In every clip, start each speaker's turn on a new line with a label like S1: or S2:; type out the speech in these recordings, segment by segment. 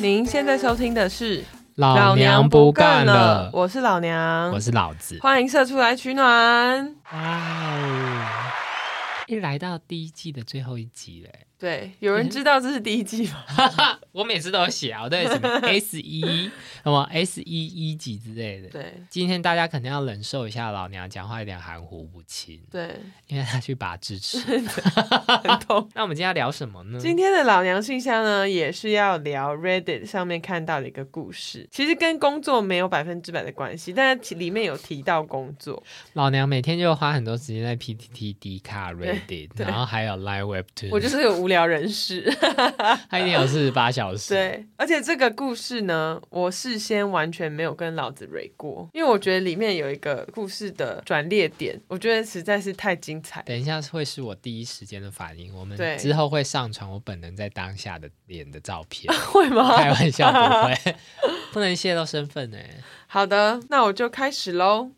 S1: 您现在收听的是《
S2: 老娘不干了，
S1: 我是老娘，
S2: 我是老子。
S1: 欢迎社畜来取暖。
S2: 哇哦！一来到第一季的最后一集嘞，
S1: 对，有人知道这是第一季 吗？
S2: 我每次都有写啊，我都有什 么 S 一什么 S 一一几之类的。
S1: 对
S2: 今天大家肯定要忍受一下老娘讲话有点含糊不清，
S1: 对，
S2: 因为她去拔智齿。
S1: 很痛。
S2: 那我们今天要聊什么呢？
S1: 今天的老娘信箱呢，也是要聊 Reddit 上面看到的一个故事，其实跟工作没有百分之百的关系，但是里面有提到工作。
S2: 老娘每天就花很多时间在 PTT、D 卡、Reddit，然后还有 Live Webtoon，
S1: 我就是个无聊人士。
S2: 它一天有四十八小时。，
S1: 对，而且这个故事呢，我事先完全没有跟老子蕊过，因为我觉得里面有一个故事的转捩点，我觉得实在是太精彩。
S2: 等一下会是我第一时间的反应。我们
S1: 对
S2: 之后会上传我本人在当下的脸的照 片，
S1: 会吗？
S2: 开玩笑不会， 不能泄露身份呢、？
S1: 好的，那我就开始喽。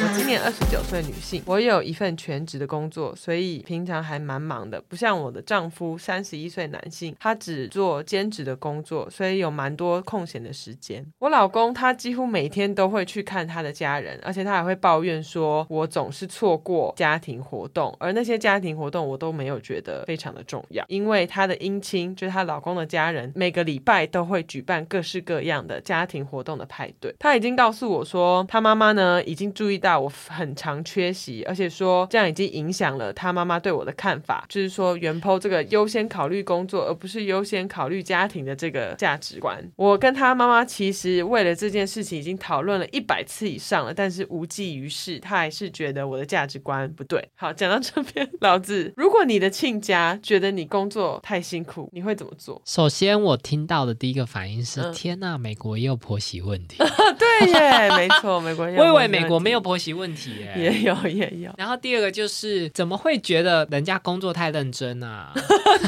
S1: 我今年二十九岁，女性。我有一份全职的工作，所以平常还蛮忙的。不像我的丈夫，三十一岁男性，他只做兼职的工作，所以有蛮多空闲的时间。我老公他几乎每天都会去看他的家人，而且他还会抱怨说，我总是错过家庭活动，而那些家庭活动我都没有觉得非常的重要，因为他的姻亲，就是她老公的家人，每个礼拜都会举办各式各样的家庭活动的派对。他已经告诉我说，他妈妈呢已经注意到我很常缺席，而且说这样已经影响了他妈妈对我的看法，就是说原 PO 这个优先考虑工作，而不是优先考虑家庭的这个价值观。我跟他妈妈其实为了这件事情已经讨论了一百次以上了，但是无济于事，他还是觉得我的价值观不对。好，讲到这边， 老子，如果你的亲家觉得你工作太辛苦，你会怎么做
S2: 首先，我听到的第一个反应是：
S1: 嗯
S2: 天呐，美国也有婆媳问 题。
S1: 对耶，没错，美国 人有
S2: 我以为
S1: 问题
S2: 美国没有婆媳问题耶、
S1: 也有也有，
S2: 然后第二个就是，怎么会觉得人家工作太认真啊？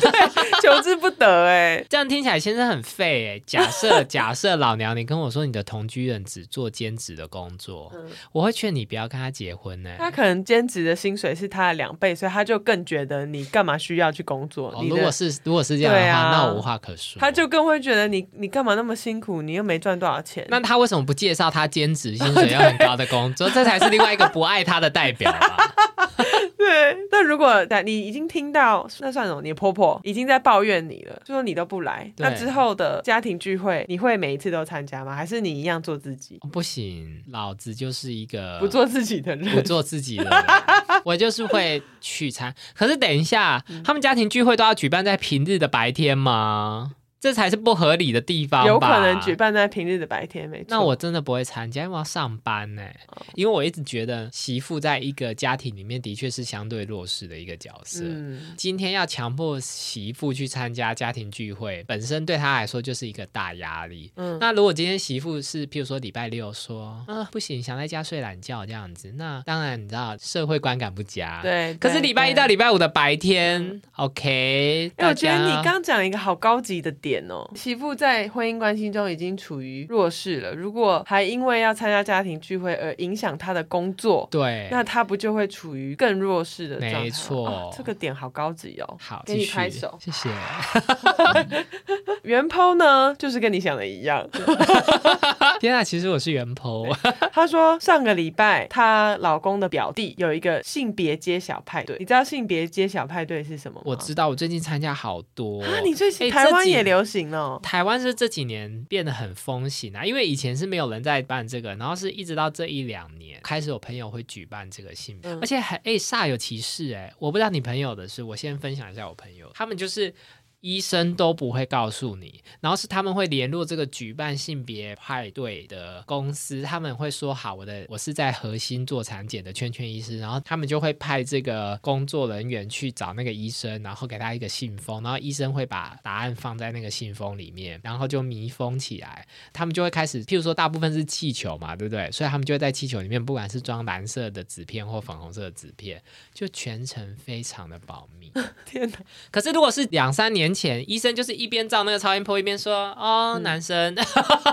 S1: 求之不得哎。
S2: 这样听起来先生很废哎、假设假设老娘你跟我说你的同居人只做兼职的工作，
S1: 嗯
S2: 我会劝你不要跟他结婚欸呢、
S1: 他可能兼职的薪水是他的两倍，所以他就更觉得你干嘛需要去工作？
S2: 哦，
S1: 你
S2: 如
S1: 的
S2: 果是如果是这样的
S1: 对
S2: 话，
S1: 啊
S2: 那我无话可说。
S1: 他就更会觉得你你干嘛那么辛苦，你又没赚多少 钱。
S2: 那他为什么不介绍他兼职薪水又很高的 工作？这才是另外一个不爱他的代表吧？
S1: 对，那如果在你已经听到，那算什么？你的婆婆已经在抱怨你了，就说你都不来。
S2: 对
S1: 那之后的家庭聚会，你会每一次都参加吗？还是你一样做自己，
S2: 哦不行，老子就是一个
S1: 不做自己的
S2: 不
S1: 人？
S2: 做自己的 人，我就是会去参。可是等一下，
S1: 嗯
S2: 他们家庭聚会都要举办在平日的白天吗？这才是不合理的地方吧？
S1: 有可能举办在平日的白天，没错。
S2: 那我真的不会参加，因为我要上班呢、
S1: 哦
S2: 因为我一直觉得媳妇在一个家庭里面的确是相对弱势的一个角色。
S1: 嗯，
S2: 今天要强迫媳妇去参加家庭聚会，本身对她来说就是一个大压力。
S1: 嗯
S2: 那如果今天媳妇是，譬如说礼拜六说，啊、不行，想在家睡懒觉这样子，那当然你知道社会观感不佳。。
S1: 对。
S2: 可是
S1: 对
S2: 礼拜一
S1: 对
S2: 到礼拜五的白天，OK，
S1: 哎，
S2: 大
S1: 我觉得
S2: 家
S1: 你刚刚讲一个好高级的点哦，媳妇在婚姻关系中已经处于弱势了，如果还因为要参加家庭聚会而影响她的工作，
S2: 对，
S1: 那她不就会处于更弱势的状态吗？
S2: 没错
S1: 啊这个点好高级哦。
S2: 好，
S1: 给
S2: 继
S1: 你
S2: 续
S1: 拍手
S2: 谢 谢。
S1: 原 PO 呢，就是跟你想的一样，
S2: 天啊，其实我是原 po，
S1: 她说上个礼拜她老公的表弟有一个性别揭晓派对，你知道性别揭晓派对是什么吗？
S2: 我知道我最近参加好多
S1: 啊，你最
S2: 哎
S1: 台湾
S2: 这几
S1: 也流行哦了，
S2: 台湾是这几年变得很风行啊，因为以前是没有人在办这个，然后是一直到这一两年开始有朋友会举办这个性别，
S1: 嗯
S2: 而且还哎、煞有其事哎、我不知道你朋友的事，我先分享一下我朋友，他们就是。医生都不会告诉你，然后是他们会联络这个举办性别派对的公司，他们会说好我的我是在核心做产检的圈圈医师，然后他们就会派这个工作人员去找那个医生，然后给他一个信封，然后医生会把答案放在那个信封里面，然后就密封起来，他们就会开始，譬如说大部分是气球嘛，对不对？所以他们就会在气球里面，不管是装蓝色的纸片或粉红色的纸片，就全程非常的保密。
S1: 天哪！
S2: 可是如果是两三年前，医生就是一边照那个超音波一边说哦
S1: 嗯
S2: 男 生，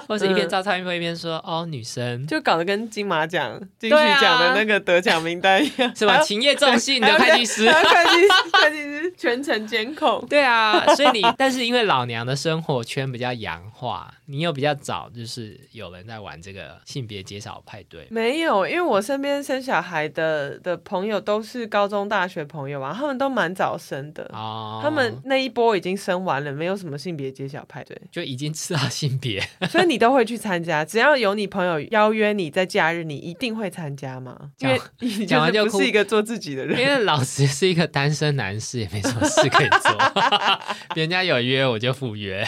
S2: 或者一边照超音波一边说哦女生，
S1: 就搞得跟金马奖金曲
S2: 对啊
S1: 奖的那个得奖名单一样，
S2: 啊是
S1: 还
S2: 吧？
S1: 要
S2: 情业重信
S1: 还
S2: 的
S1: 要
S2: 会计师
S1: 还。要会计师，会计师全程监控。
S2: 对啊，所以你但是因为老娘的生活圈比较洋化，你有比较早就是有人在玩这个性别减少派对，
S1: 没有，因为我身边生小孩的的朋友都是高中、大学朋友啊，他们都蛮早生的，
S2: 哦，
S1: 他们那一波已经生完了，没有什么性别揭晓派 对，
S2: 就已经知道 性别，
S1: 所以你都会去参加。只要有你朋友邀约你在假日，你一定会参加吗？因
S2: 讲
S1: 为你
S2: 讲完
S1: 就
S2: 就是
S1: 不
S2: 哭
S1: 是一个做自己的
S2: 因
S1: 人。
S2: 为老子是一个单身男士，也没什么事可以做， 别人家有约我就赴约，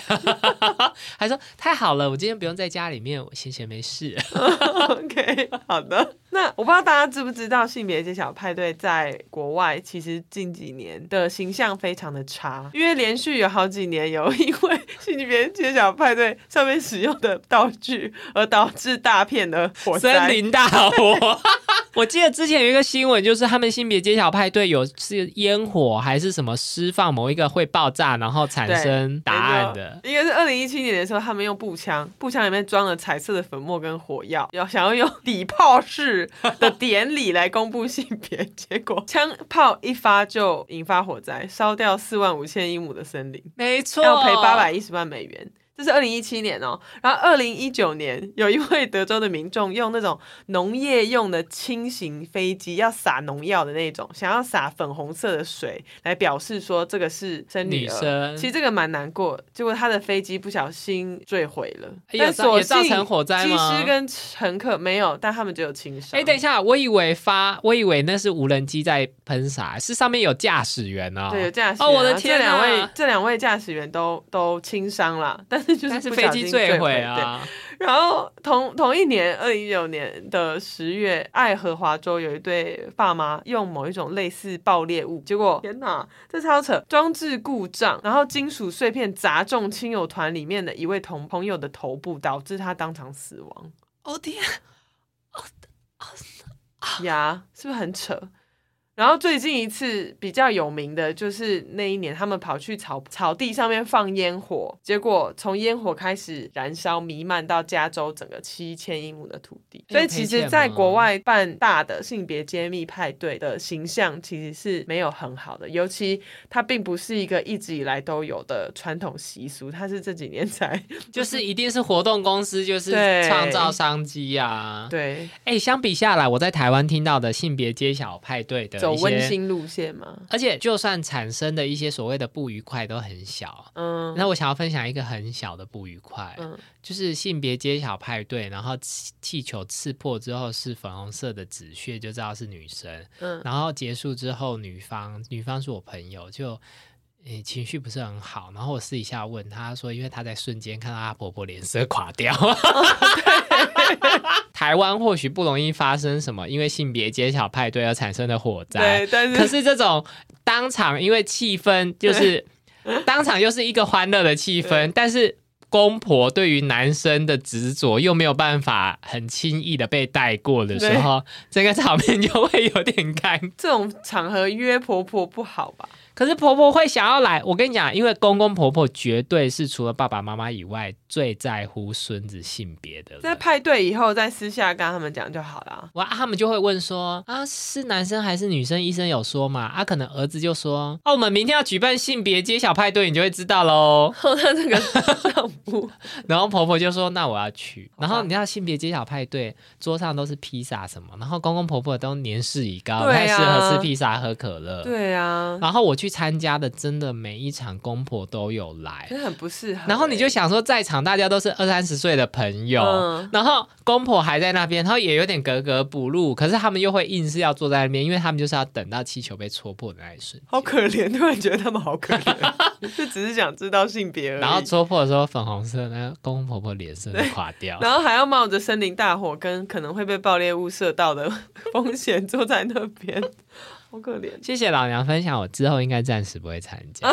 S2: 还说太好了，我今天不用在家里面，我闲闲没事。
S1: OK，好的。那我不知道大家知不知道，性别揭晓派对在国外其实近几年的形象非常的差，因为连续有好几年有因为性别揭晓派对上面使用的道具而导致大片的火
S2: 森
S1: 灾。
S2: 林大火。 我记得之前有一个新闻，就是他们性别揭晓派对有是烟火还是什么释放某一个会爆炸，然后产生答案的。
S1: 一个是二零一七年的时候，他们用步枪，步枪里面装了彩色的粉末跟火药，要想要用礼炮式的典礼来公布性别，结果枪炮一发就引发火灾，烧掉四万五千英亩的森林。
S2: 没错，
S1: 要赔八百。一十万美元。这是二零一七年哦，然后二零一九年有一位德州的民众用那种农业用的轻型飞机，要撒农药的那种，想要撒粉红色的水来表示说这个是生
S2: 女
S1: 女儿。
S2: 生
S1: 其实这个蛮难过，结果他的飞机不小心坠毁了，
S2: 哎有
S1: 但
S2: 造
S1: 所
S2: 也造
S1: 幸
S2: 成火灾
S1: 机
S2: 吗
S1: 师跟乘客没有，但他们只有轻伤。
S2: 哎，等一下，我以为发，我以为那是无人机在喷洒，是上面有驾驶员哦。
S1: 对，有驾驶
S2: 哦
S1: 员
S2: 我的
S1: 啊
S2: 天
S1: 这两位
S2: 啊
S1: 这两位驾驶员都都轻伤啦，但是就是
S2: 但是
S1: 不
S2: 飞
S1: 小
S2: 机
S1: 心
S2: 坠
S1: 毁
S2: 毁
S1: 对
S2: 啊，
S1: 然后同同一年，二零一九年的十月，爱荷华州有一对爸妈用某一种类似爆裂物，结果天哪，这超扯！装置故障，然后金属碎片砸中亲友团里面的一位同朋友的头部，导致他当场死亡。
S2: 哦天，
S1: 呀，是不是很扯？然后最近一次比较有名的就是那一年，他们跑去草草地上面放烟火，结果从烟火开始燃烧，弥漫到加州整个七千英亩的土地。
S2: 哎呦
S1: 所以其
S2: 赔
S1: 实，
S2: 钱
S1: 在
S2: 吗
S1: 国外办大的性别揭秘派对的形象其实是没有很好的，尤其它并不是一个一直以来都有的传统习俗，它是这几年才
S2: 就是一定是活动公司，就是
S1: 对
S2: 创造商机啊。
S1: 对
S2: 哎、相比下来，我在台湾听到的性别揭晓派对的
S1: 走
S2: 一
S1: 温
S2: 些，
S1: 馨路线嘛。
S2: 而且就算产生的一些所谓的不愉快都很小。
S1: 嗯，
S2: 那我想要分享一个很小的不愉快，
S1: 嗯
S2: 就是性别揭晓派对，然后气气球刺破之后是粉红色的纸屑，就知道是女生。
S1: 嗯
S2: 然后结束之后，女方女方是我朋友，就诶、情绪不是很好。然后我私底下问她说，因为她在瞬间看到她婆婆脸色垮掉。
S1: 哦
S2: 台湾或许不容易发生什么因为性别揭晓派对而产生的火灾，
S1: 对，但
S2: 可是这种当场因为气氛就是当场又是一个欢乐的气氛，但是。公婆对于男生的执着又没有办法很轻易的被带过的时候，整个场面就会有点尴尬。
S1: 这种场合约婆婆不好吧？
S2: 可是婆婆会想要来，我跟你讲，因为公公婆婆绝对是除了爸爸妈妈以外最在乎孙子性别的人。
S1: 在派对以后，在私下跟他们讲就好 啦。
S2: 哇、啊他们就会问说啊，是男生还是女生？医生有说嘛？啊，可能儿子就说，哦、我们明天要举办性别揭晓派对，你就会知道喽。
S1: 后他这个丈夫，
S2: 然后婆婆就说，那我要去。
S1: 好吧
S2: 然后你知道性别揭晓派对桌上都是披萨什么，然后公公婆婆都年事已高，不
S1: 对啊
S2: 太适合吃披萨喝可乐。。
S1: 对啊，
S2: 然后我去参加的，真的每一场公婆都有来
S1: 真，的很不适合欸、
S2: 然后你就想说，在场大家都是二三十岁的朋友，
S1: 嗯
S2: 然后公婆还在那边，然后也有点格格不入，可是他们又会硬是要坐在那边，因为他们就是要等到气球被戳破的那一瞬间。
S1: 好可怜，突然觉得他们好可 怜，就只是想知道性别而已。
S2: 然后戳破的时候，粉红色，那个公公婆婆脸色都垮掉。
S1: 然后还要冒着森林大火跟可能会被爆裂物射到的风险坐在那边，好可怜。
S2: 谢谢老娘分享，我之后应该暂时不会参 加，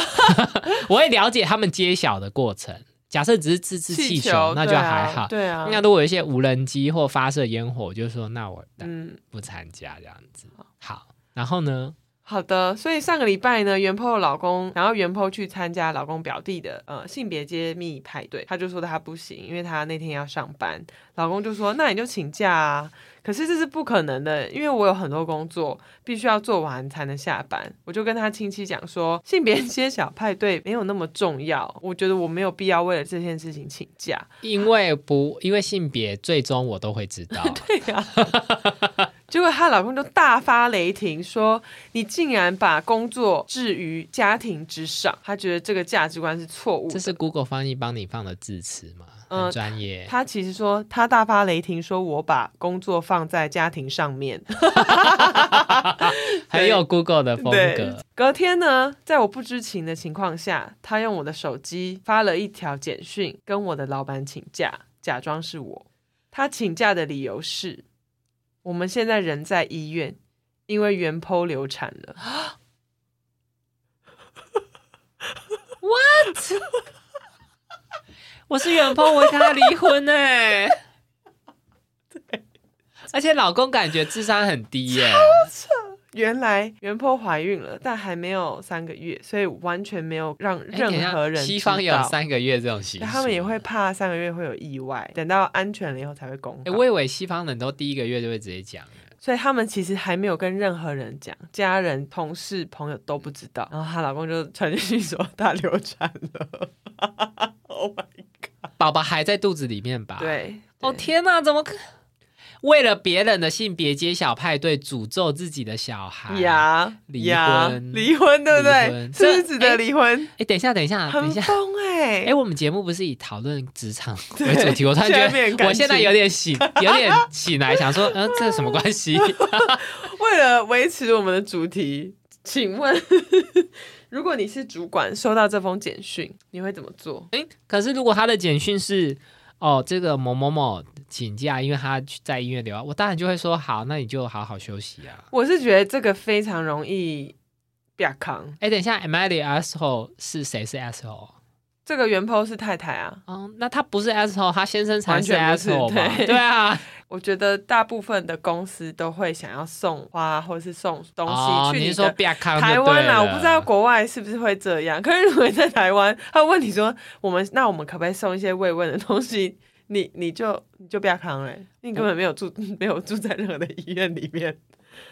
S2: 我会了解他们揭晓的过程。假设只是自制气球，那就
S1: 对啊
S2: 还好。
S1: 对啊，
S2: 那如果有一些无人机或发射烟火，我就说那我
S1: 嗯，
S2: 不参加这样子。好，然后呢？
S1: 好的，所以上个礼拜呢，袁坡的老公，然后袁坡去参加老公表弟的呃性别揭秘派对，他就说他不行，因为他那天要上班。老公就说那你就请假啊，可是这是不可能的，因为我有很多工作必须要做完才能下班。我就跟他亲戚讲说，性别揭晓派对没有那么重要，我觉得我没有必要为了这件事情请假。
S2: 因为不因为性别，最终我都会知道。
S1: 对呀、 结果她老公就大发雷霆，说：“你竟然把工作置于家庭之上！”他觉得这个价值观是错误
S2: 这。是 Google 翻译帮你放的字词吗？
S1: 嗯
S2: 很 专业。
S1: 他其实说，他大发雷霆说：“我把工作放在家庭上面。
S2: 很有 Google 的”风
S1: 对
S2: 格。。
S1: 隔天呢，在我不知情的情况下，他用我的手机发了一条简讯，跟我的老板请假，假装是我。他请假的理由是：我们现在人在医院，因为原剖流产了。
S2: 我是远鹏，我会跟他离 婚哎、而且老公感觉智商很低耶、
S1: 原来袁坡怀孕了，但还没有三个月，所以完全没有让
S2: 哎等一
S1: 任
S2: 下
S1: 何人知道。
S2: 西方有三个月这种习俗，
S1: 他们也会。怕三个月会有意外，等到安全了以后才会公
S2: 哎、
S1: 告。
S2: 我以为西方人都第一个月就会直接讲。
S1: 所以他们其实还没有跟任何人讲，家人、同事、朋友都不知道。然后她老公就传进去说她流产了。oh my！
S2: 宝宝还在肚子里面吧？。
S1: 对，
S2: 哦
S1: 对
S2: 天哪，怎么 可？为了别人的性别揭晓派对，诅咒自己的小孩哎、
S1: 呀
S2: 离
S1: 呀
S2: 婚
S1: 离婚对不
S2: 离
S1: 对？
S2: 婚
S1: 是不是
S2: 这
S1: 值得
S2: 哎
S1: 离婚？
S2: 等一下，等一下，等
S1: 很
S2: 一下，
S1: 疯哎、
S2: 哎、我们节目不是以讨论 职场
S1: 对
S2: 为主题？我突然觉
S1: 现在变
S2: 得
S1: 感
S2: 我现在
S1: 情
S2: 有点醒，有点醒来，想说，嗯、这什么关系？
S1: 为了维持我们的主题，请问， 如果你是主管，收到这封简讯，你会怎么做？
S2: 哎、可是如果他的简讯是，哦，这个某某某请假，因为他去在医院留啊，我当然就会说，好，那你就好好休息啊。
S1: 我是觉得这个非常容易表扛。
S2: 哎、等一下，Am I the asshole 是谁是 asshole？
S1: 这个原 po 是太太啊，
S2: 哦，那他不是 asshole，他先生才
S1: 完
S2: 是
S1: 全不是
S2: asshole 嘛？
S1: 对
S2: 对啊，
S1: 我觉得大部分的公司都会想要送花或是送东西、
S2: 哦，
S1: 去
S2: 你
S1: 你
S2: 是说
S1: 的。
S2: 不要看
S1: 台湾啦，我不知道国外是不是会这样。可是如果你在台湾，他问你说我们那我们可不可以送一些慰问的东西，你你就你就不要扛了、你根本没有住 没有住在任何的医院里面。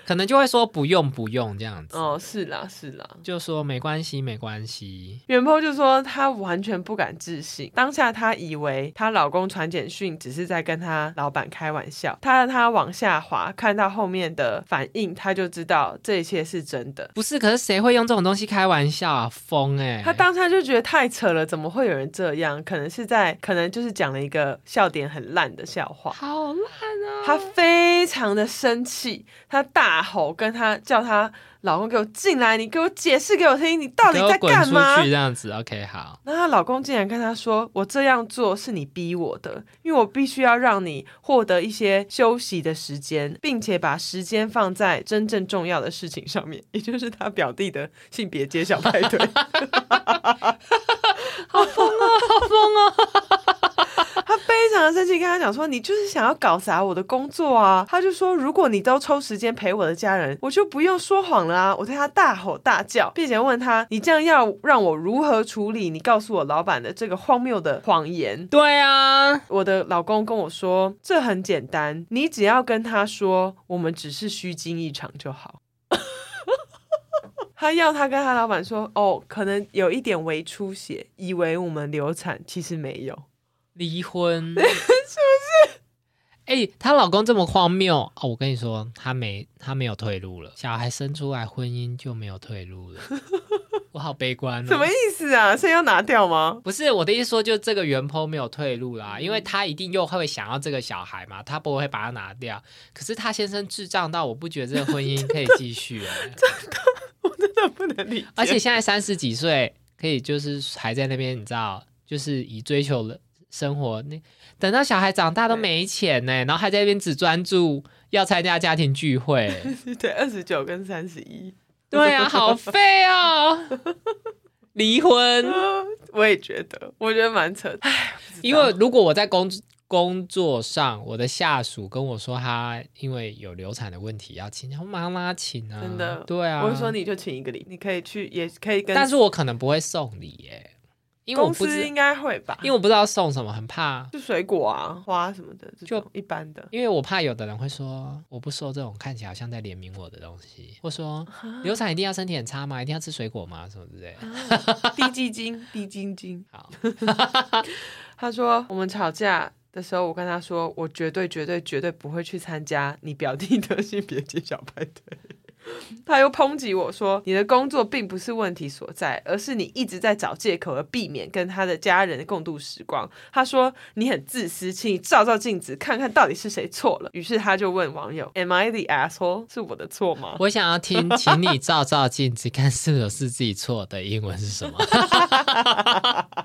S2: 可能就会说不用不用这样子，
S1: 哦，是啦，是啦。
S2: 就说没关系没关系。
S1: 袁坡就说她完全不敢置信，当下她以为她老公传简讯只是在跟她老板开玩笑。她她往下滑，看到后面的反应，她就知道这一切是真的。
S2: 不是，可是谁会用这种东西开玩笑啊？疯哎、
S1: 她当下就觉得太扯了，怎么会有人这样？可能是在，可能就是讲了一个笑点很烂的笑话。
S2: 好烂啊！
S1: 她非常的生气，她大吼，跟她叫她老公给我进来，你给我解释给我听，你到底
S2: 给我
S1: 在
S2: 滚
S1: 干
S2: 出
S1: 嘛？
S2: 去这样子，OK，好。
S1: 那她老公竟然跟她说：“我这样做是你逼我的，因为我必须要让你获得一些休息的时间，并且把时间放在真正重要的事情上面，也就是她表弟的性别揭晓派对。”好疯哦，好疯哦！她非常的生气，跟她讲说：“你就是想要搞砸我的工作啊！”她就说：“如果你都抽时间陪我的家人，我就不用说谎了啊！”我对她大吼大叫，并且问她：“你这样要让我如何处理你告诉我老板的这个荒谬的谎言？”
S2: 对啊，
S1: 我的老公跟我说：“这很简单，你只要跟他说，我们只是虚惊一场就好。”他要他跟他老板说：“哦，可能有一点微出血，以为我们流产，其实没有。
S2: 离婚 是不是？哎、她老公这么荒谬哦！我跟你说，她没她没有退路了，小孩生出来，婚姻就没有退路了。 我好悲观、哦，
S1: 什么意思啊？所以要拿掉吗？
S2: 不是我的意思说，就这个原剖没有退路啦，因为他一定又会想要这个小孩嘛，他不会把他拿掉。可是他先生智障到我不觉得这个婚姻可以继续、欸，
S1: 真的不能理解。
S2: 而且现在三十几岁，可以就是还在那边，你知道，就是以追求了生活，那等到小孩长大都
S1: 对
S2: 没钱呢、然后还在那边只专注要参加家庭聚会、
S1: 对，二十九跟三十一，
S2: 对啊，好废哦， 离婚。
S1: 我也觉得，我觉得蛮扯的。
S2: 因为如果我在工工作上，我的下属跟我说，他因为有流产的问题要请假，我妈妈请啊，
S1: 真的
S2: 对啊，
S1: 我会说你就请一个礼，你可以去，也可以跟，
S2: 但是我可能不会送礼耶，因为我
S1: 公
S2: 不
S1: 司
S2: 知
S1: 应，该会吧，
S2: 因为我不知道送什么，很怕，
S1: 就水果啊、花什么的，
S2: 就
S1: 就一般的。
S2: 因为我怕有的人会说我不收这种看起来好像在怜悯我的东西，或说
S1: 啊
S2: 流产一定要身体很差吗？一定要吃水果吗？什么之类的。
S1: 低基金，低基金。
S2: 好，
S1: 他说我们吵架的时候，我跟他说，我绝对、绝对、绝对不会去参加你表弟的性别揭晓派对。 他又抨击我说：“你的工作并不是问题所在，而是你一直在找借口而避免跟他的家人共度时光。”他说：“你很自私，请你照照镜子，看看到底是谁错了。”于是他就问网友：“Am I the asshole？是我的错 吗？”
S2: 我想要听，请你照照镜子，看是否是自己错的英文是什么。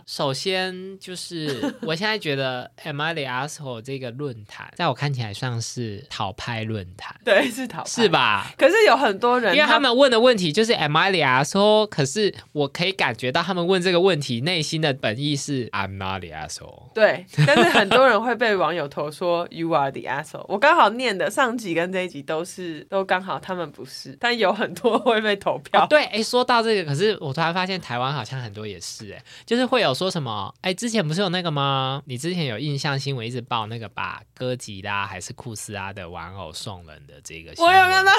S2: 首先就是，我现在觉得 “Am I the asshole” 这个论坛，在我看起来像是讨拍论坛，
S1: 对，是讨拍
S2: 是？吧？
S1: 可是有很多人，
S2: 因为他们问的问题就是 “Am I the asshole”，可是我可以感觉到他们问这个问题内心的本意是 “I'm not the asshole”。
S1: 对，但是很多人会被网友投说 “You are the asshole”。我刚好念的上集跟这一集都是都刚好他们不是，但有很多会被投票。
S2: 哦，对，哎，说到这个，可是我突然发现台湾好像很多也是，哎，就是会有说什么，哎，之前不是有那个吗？你之前有印象新闻一直报那个把哥吉拉还是库斯拉的玩偶送人的这个，
S1: 我有看到，，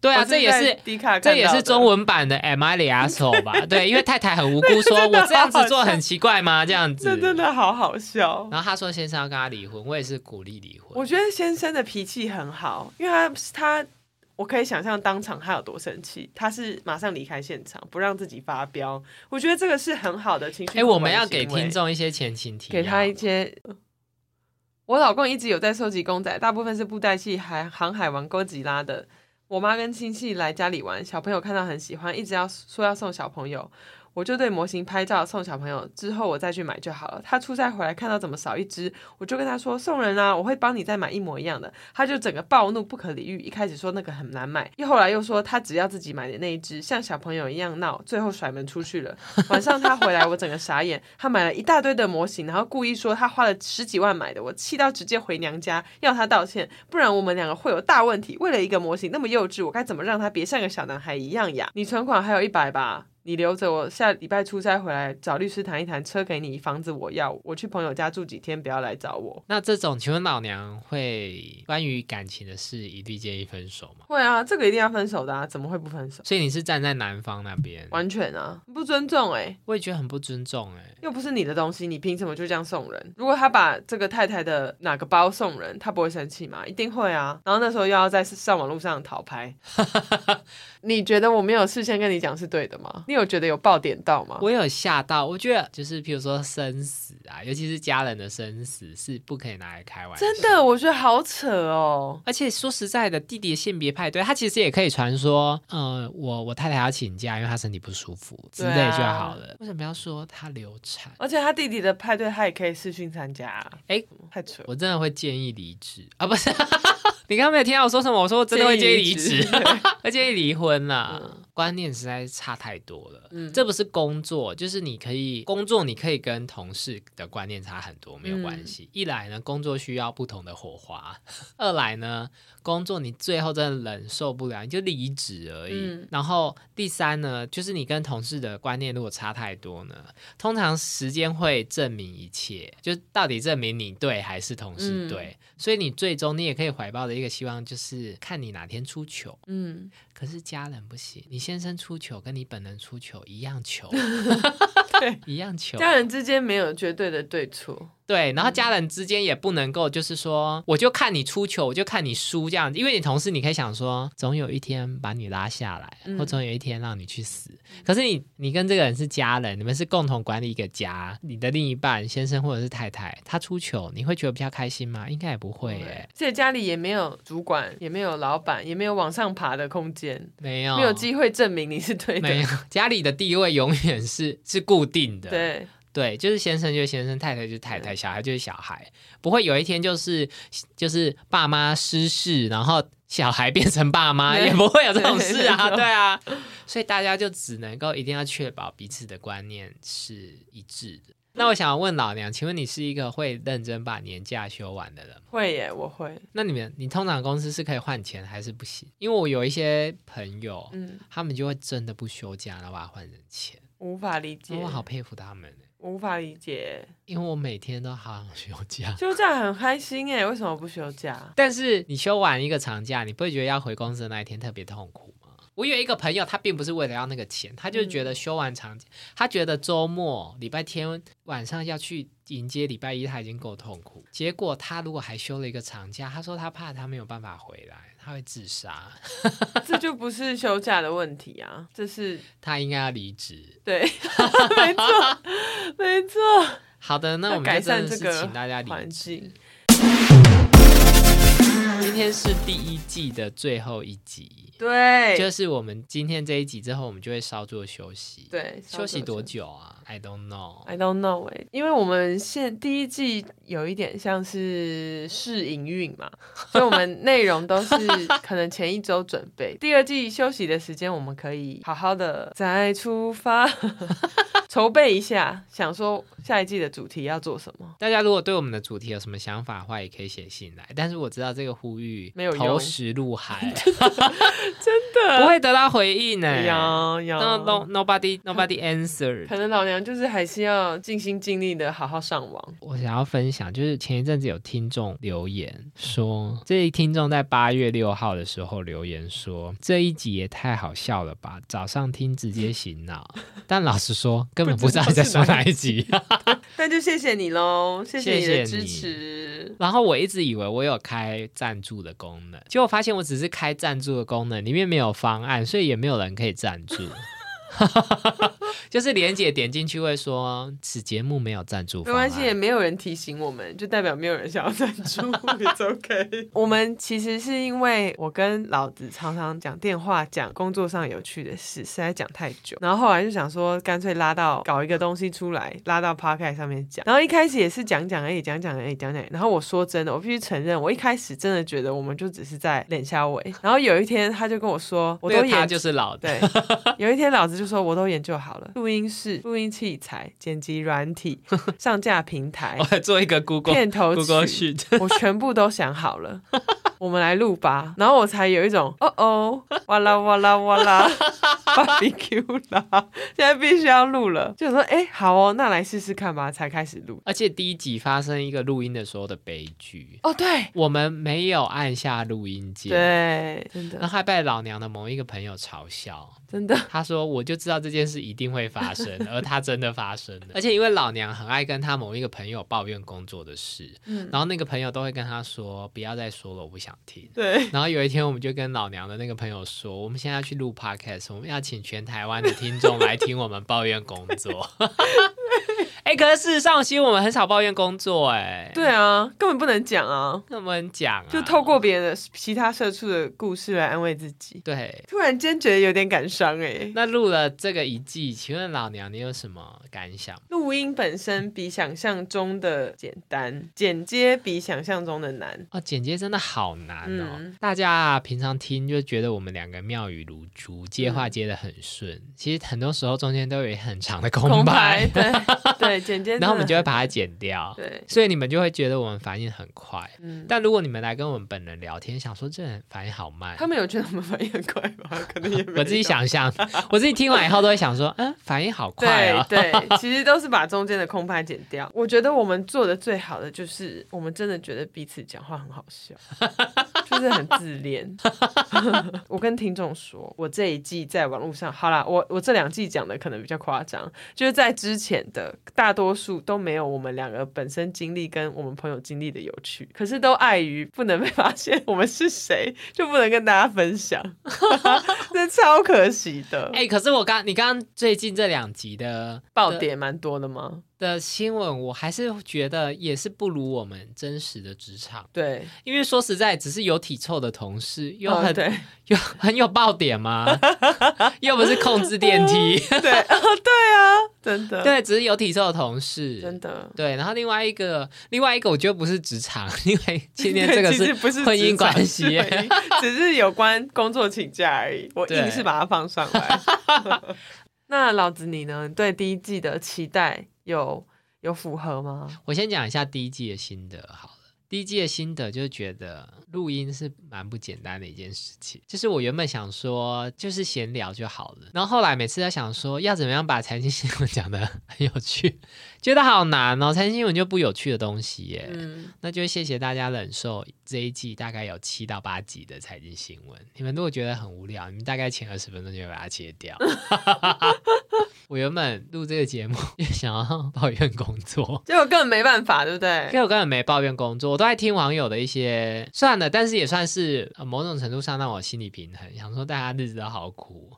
S2: 对啊，
S1: 我
S2: 这也
S1: 在
S2: 是。
S1: 迪卡看到
S2: 这
S1: 的，
S2: 也是中文版的 “Am I the asshole” 吧？对，因为太 太很无辜说：“
S1: 真的
S2: 我这样子做
S1: 好笑
S2: 很奇怪吗？”这样子
S1: 这，真的好好笑。
S2: 然后他说先生要跟他离婚，我也是鼓励离婚。
S1: 我觉得先生的脾气很好，因为他他。我可以想象当场他有多生气，他是马上离开现场，不让自己发飙。我觉得这个是很好的情绪。
S2: 哎，我们要给听，众一些前情提要，
S1: 给他一些。嗯我老公一直有在收集公仔，大部分是布袋戏、海航海王、哥吉拉的。我妈跟亲戚来家里玩，小朋友看到很喜欢，一直要说要送小朋友，我就对模型拍照送小朋友，之后我再去买就好了。他出差回来看到怎么少一只，我就跟他说送人啊，我会帮你再买一模一样的。他就整个暴怒不可理喻，一开始说那个很难买，又后来又说他只要自己买的那一只，像小朋友一样闹，最后甩门出去了。晚上他回来，我整个傻眼，他买了一大堆的模型，然后故意说他花了十几万买的，我气到直接回娘家要他道歉，不然我们两个会有大问题。为了一个模型那么幼稚，我该怎么让他别像个小男孩一样呀？你存款还有一百吧？你留着，我下礼拜出差回来找律师谈一谈，车给你，房子我要，我去朋友家住几天，不要来找我。
S2: 那这种，请问老娘会关于感情的事一律建议分手吗？
S1: 会啊，这个一定要分手的啊，怎么会不分手？
S2: 所以你是站在男方那边，
S1: 完全啊，不尊重哎、
S2: 我也觉得很不尊重哎、
S1: 又不是你的东西，你凭什么就这样送人？如果他把这个太太的哪个包送人，他不会生气吗？一定会啊。然后那时候又要在上网络上讨拍， 你觉得我没有事先跟你讲是对的吗？你有觉得有爆点到吗？
S2: 我有吓到，我觉得就是譬如说生死啊，尤其是家人的生死是不可以拿来开玩笑。
S1: 真的，我觉得好扯哦。
S2: 而且说实在的，弟弟的性别派对，他其实也可以传说，呃，我我太太要请假，因为她身体不舒服之类就
S1: 啊
S2: 好了。为什么要说她流产？
S1: 而且他弟弟的派对，他也可以视讯参加、啊。
S2: 哎
S1: 太扯了！
S2: 我真的会建议离职啊，不是？ 你刚刚没有听到我说什么？我说我真的会建议 离职，会建议离婚啦。观念实在差太多了，
S1: 嗯
S2: 这不是工作，就是你可以工作，你可以跟同事的观念差很多，没有
S1: 嗯
S2: 关系。一来呢，工作需要不同的火花；二来呢，工作你最后真的忍受不了，你就离职而已。
S1: 嗯
S2: 然后第三呢，就是你跟同事的观念如果差太多呢，通常时间会证明一切，就是到底证明你对还是同
S1: 嗯
S2: 事对。所以你最终你也可以怀抱的一个希望，就是看你哪天出糗。
S1: 嗯，
S2: 可是家人不行，你先生出糗跟你本人出糗一样糗，
S1: 对，
S2: 一样糗。
S1: 家人之间没有绝对的对错。
S2: 对，然后家人之间也不能够就是说，我就看你出糗，我就看你输这样子，因为你同事你可以想说，总有一天把你拉下来，
S1: 嗯
S2: 或总有一天让你去死。可是你你跟这个人是家人，你们是共同管理一个家，你的另一半先生或者是太太，他出糗，你会觉得比较开心吗？应该也不会耶，
S1: 而且家里也没有主管，也没有老板，也没有往上爬的空间，
S2: 没有
S1: 没有机会证明你是对的。
S2: 哦没有，家里的地位永远是是固定 的，
S1: 对，
S2: 对，就是先生就是先生，太太就是太太，小孩就是小孩，不会有一天就是就是爸妈失势，然后小孩变成爸妈，
S1: 对
S2: 也不会有这种
S1: 对
S2: 事啊，
S1: 没错
S2: 对啊，所以大家就只能够一定要确保彼此的观念是一致的。那我想问老娘，请问你是一个会认真把年假休完的人吗？
S1: 会耶，我会，
S2: 那你们，你通常公司是可以换钱还是不行？因为我有一些朋友，
S1: 嗯，
S2: 他们就会真的不休假，然后把它换成钱，
S1: 无法理解，
S2: 我哦好佩服他们欸
S1: 无法理解。
S2: 因为我每天都好想休假。
S1: 休假很开心耶，为什么不休 假？
S2: 但是你休完一个长假，你不会觉得要回公司的那一天特别痛苦吗？我有一个朋友，他并不是为了要那个钱，他就是
S1: 嗯
S2: 觉得休完长假，他觉得周末礼拜天晚上要去迎接礼拜一，他已经够痛苦。结果他如果还休了一个长假，他说他怕他没有办法回来，他会自杀，
S1: 这就不是休假的问题啊，这是
S2: 他应该要离职。
S1: 对，没错，没错。
S2: 好的，那
S1: 要
S2: 我们
S1: 改
S2: 就真
S1: 善
S2: 的
S1: 这
S2: 是
S1: 个
S2: 请大家
S1: 环
S2: 离职。
S1: 境，
S2: 今天是第一季的最后一集，
S1: 对，
S2: 就是我们今天这一集之后，我们就会稍作休息。
S1: 对，
S2: 休息多久啊？I don't know。
S1: ？I don't know 哎、因为我们现第一季有一点像是试营运嘛，所以我们内容都是可能前一周准备，第二季休息的时间我们可以好好的再出发， 筹备一下，想说下一季的主题要做什么。
S2: 大家如果对我们的主题有什么想法的话，也可以写信来。但是我知道这个呼吁
S1: 没有用
S2: 投石 入海，真的 不会得到回应呢、
S1: 哎呀呀，
S2: 那 no nobody nobody
S1: 可
S2: answer。
S1: 能老娘就是还是要尽心尽力的好好上网。
S2: 我想要分享，就是前一阵子有听众留
S1: 嗯
S2: 言说，这一听众在八月六号的时候留言说，这一集也太好笑了吧，早上听直接醒脑。但老实说，根本不知道你在说哪一集。
S1: 那就谢谢你喽，谢你的
S2: 谢谢
S1: 支
S2: 你
S1: 持。
S2: 然后我一直以为我有开赞助的功能，结果发现我只是开赞助的功能，里面没有方案，所以也没有人可以赞助。 就是莲姐点进去会说，此节目没有赞助
S1: 没
S2: 方案，
S1: 关系，也没有人提醒我们，就代表没有人想要 赞助，it's OK。我们其实是因为我跟老子常常讲电话，讲工作上有趣的事，实在讲太久，然后后来就想说，干脆拉到搞一个东西出来，拉到 Podcast 上面讲。然后一开始也是讲讲而已，讲讲而已，讲讲而已。然后我说真的，我必须承认，我一开始真的觉得我们就只是在脸下尾。哎然后有一天他就跟我说，我
S2: 那
S1: 都
S2: 个他
S1: 研
S2: 就是老的，
S1: 对， 有一天老子就说我都研究好了，录音室、录音器材、剪辑软 体、上架平台
S2: 我、还做一个 Google
S1: 片头
S2: Google
S1: 曲，
S2: Sheet，
S1: 我全部都想好了。我们来录吧，然后我才有一种哦哦，哇啦哇啦哇啦 ，barbecue 啦，现在必须要录了，就想说哎，好哦，那来试试看吧，才开始录。
S2: 而且第一集发生一个录音的时候的悲剧，
S1: 哦，对
S2: 我们没有按下录音键，
S1: 对，真
S2: 然后
S1: 的
S2: 还被老娘的某一个朋友嘲笑。
S1: 真的，
S2: 他说：“我就知道这件事一定会发生，而它真的发 生了。而且因为老娘很爱跟她某一个朋友抱怨工作的事，
S1: 嗯，
S2: 然后那个朋友都会跟她说：‘不要再说了，我不想听。
S1: 对’。
S2: 然后有一天，我们就跟老娘的那个朋友说：‘我们现在要去录 podcast，我们要请全台湾的听众来听我们抱怨工作。’ 哎、可是事实上，其实我们很少抱怨工作、哎，
S1: 对，啊，根本不能讲啊，
S2: 那我们讲、啊，
S1: 就透过别人的其他社畜的故事来安慰自己。
S2: 对。”
S1: 突然间觉得有点感伤哎、
S2: 那录了这个一季，请问老娘你有什么感想？
S1: 录音本身比想象中的简单，剪接比想象中的难。
S2: 哦，剪接真的好难哦！
S1: 嗯
S2: 大家啊，平常听就觉得我们两个妙语如珠，接
S1: 嗯
S2: 话接的很顺，其实很多时候中间都有很长的空白，
S1: 对 对，剪接真的很。
S2: 然后我们就会把它剪掉，
S1: 对，
S2: 所以你们就会觉得我们反应很快。
S1: 嗯，
S2: 但如果你们来跟我们本人聊天，想说这人反应好慢，
S1: 他们有觉得我们反应很快吗？可能也没有。
S2: 我自己。想象， 我自己听完以后都会想说，嗯，反应好快
S1: 对
S2: 哦。
S1: 对， 其实都是把中间的空拍剪掉。我觉得我们做的最好的就是，我们真的觉得彼此讲话很好笑，就是很自恋。 我跟听众说，我这一季在网络上，好啦，我我这两季讲的可能比较夸张，就是在之前的大多数都没有我们两个本身经历跟我们朋友经历的有趣，可是都碍于不能被发现我们是谁，就不能跟大家分享， 这超可惜 的。
S2: 哎、可是我刚你刚刚最近这两集的
S1: 爆点蛮多的吗？
S2: 的新闻，我还是觉得也是不如我们真实的职场。
S1: 对，
S2: 因为说实在，只是有体臭的同事，又
S1: 哦
S2: 很、
S1: 对
S2: 又很有爆点嘛，又不是控制 电梯，
S1: 对哦对啊，真的
S2: 对，只是有体臭的同
S1: 真
S2: 事，
S1: 的。
S2: 对。然后另外一个，另外一个，我觉得不是职场， 因为 今天这个
S1: 对其
S2: 是
S1: 实不是
S2: 婚姻
S1: 职场
S2: 关系
S1: 是婚姻 只是有关工作请假而已。我
S2: 对
S1: 硬是把它放 上来。那老子你呢？对第一季的期待有有符合吗？
S2: 我先讲一下第一季的心得好了。第一季的心得就是觉得录音是蛮不简单的一件事情，就是我原本想说就是闲聊就好了，然后后来每次在想说要怎么样把财经新闻讲得很有趣，觉得好难哦，财经新闻就不有趣的东西耶。
S1: 嗯，
S2: 那就谢谢大家忍受这一季大概有七到八集的财经新闻。你们如果觉得很无聊，你们大概前二十分钟就会把它切掉。我原本录这个节目 也想要抱怨工作。
S1: 结果根本没办法，对不
S2: 因
S1: 对？
S2: 为我根本没抱怨工作，我都在听网友的一些算了，但是也算是、呃某种程度上让我心理平衡。想说大家日子都好苦，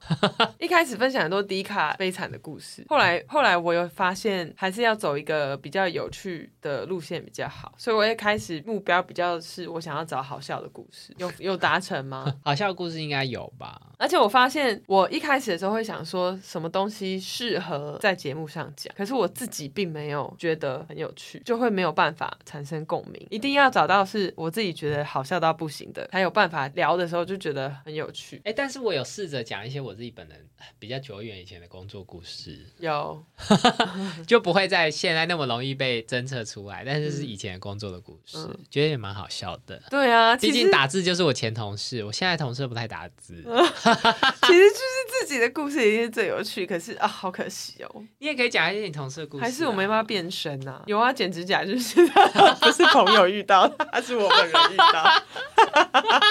S1: 一开始分享的都是迪卡悲惨的故事，后来后来我有发现，还是要走一个比较有趣的路线比较好，所以我一开始目标比较是我想要找好笑的故事，有有达成吗？
S2: 好笑的故事应该有吧？
S1: 而且我发现，我一开始的时候会想说什么东西适合在节目上讲，可是我自己并没有觉得很有趣，就会没有办法产生共鸣。一定要找到是我自己觉得好笑到不行的，才有办法聊的时候就觉得很有趣。
S2: 哎、但是我有试着讲一些我自己本人呃比较久远以前的工作故事，
S1: 有，
S2: 就不会在现在那么容易被侦测出来，但是是以前工作的故事，
S1: 嗯
S2: 觉得也蛮好笑的。
S1: 对啊，
S2: 毕
S1: 其
S2: 竟
S1: 实
S2: 打字就是我前同事，我现在同事不太打 字。
S1: 其实就是自己的故事一定是最有趣，可是啊，好可惜哦，
S2: 你也可以讲一些你同事的故事、啊，
S1: 还是我没办法变身呐、 有啊，剪指甲就是 不是朋友遇到，他是我本人遇 到。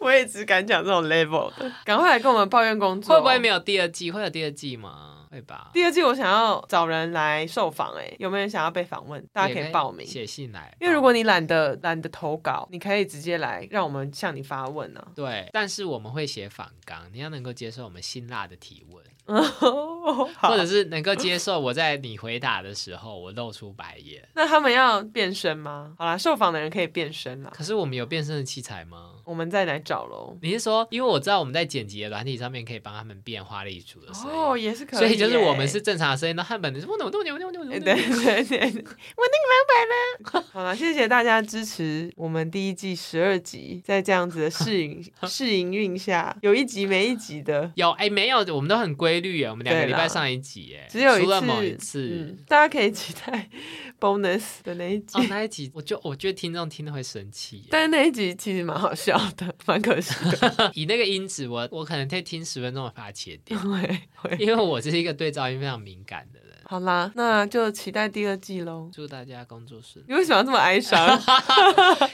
S1: 我也只敢讲这种 level 的，赶快来跟我们抱怨工作。
S2: 会不会没有第二季？会有第二季吗？会吧。
S1: 第二季我想要找人来受访，哎，有没有人想要被访问？大家可以报名。
S2: 写信来。
S1: 因为如果你懒得懒得投稿，你可以直接来，让我们向你发问啊。
S2: 对，但是我们会写反纲，你要能够接受我们辛辣的提问，
S1: 好
S2: 或，者是能够接受我在你回答的时候我露出白眼。
S1: 那他们要变身吗？好啦，受访的人可以变身啦，
S2: 可是我们有变身的器材吗？
S1: 我们再来找喽。
S2: 你是说，因为我知道我们在剪辑的软体上面可以帮他们变花栗鼠的声音，
S1: 哦，也是可以耶，
S2: 所以就是我们是正常的声音，那汉本是我怎么动我怎么
S1: 对
S2: 动
S1: 对对对， 我那个老板呢？ 好了，谢谢大家支持我们第一季十二集，在这样子的试 营试营运下，有一集没一集的，
S2: 有哎、没有，我们都很规律耶，我们两个
S1: 对
S2: 礼
S1: 啦
S2: 拜上一集耶，
S1: 只有一次，
S2: 除了某一次。
S1: 嗯，大家可以期待 bonus 的那一集。
S2: 哦，那一集我就我觉得听众听了会生气耶，
S1: 但是那一集其实蛮好笑的，蛮可惜的，
S2: 以那个音质，我我可能可以听十分钟，我把它切掉，
S1: 因为会
S2: 因为我是一个对噪音非常敏感的人。
S1: 好啦，那就期待第二季喽。
S2: 祝大家工作顺利。
S1: 你为什么要这么哀 伤？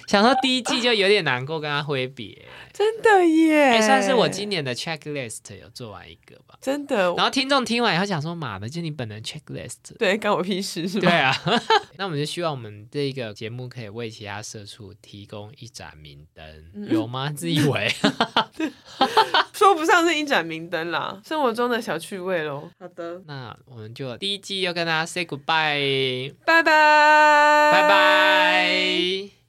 S2: 想说第一季就有点难过，跟他挥别，
S1: 真的耶！
S2: 哎、算是我今年的 checklist 有做完一个吧。
S1: 真的
S2: 然后听众听完以后想说：“妈的，就你本人 checklist。
S1: 对干我屁事”是
S2: 对
S1: 吧？
S2: 啊， 那我们就希望我们这个节目可以为其他社畜提供一盏明灯，
S1: 嗯
S2: 有吗？自以为
S1: 说不上是一盏明灯啦，生活中的小趣味喽。好的，
S2: 那我们就第一季要跟大家 say goodbye，
S1: 拜拜，
S2: 拜拜。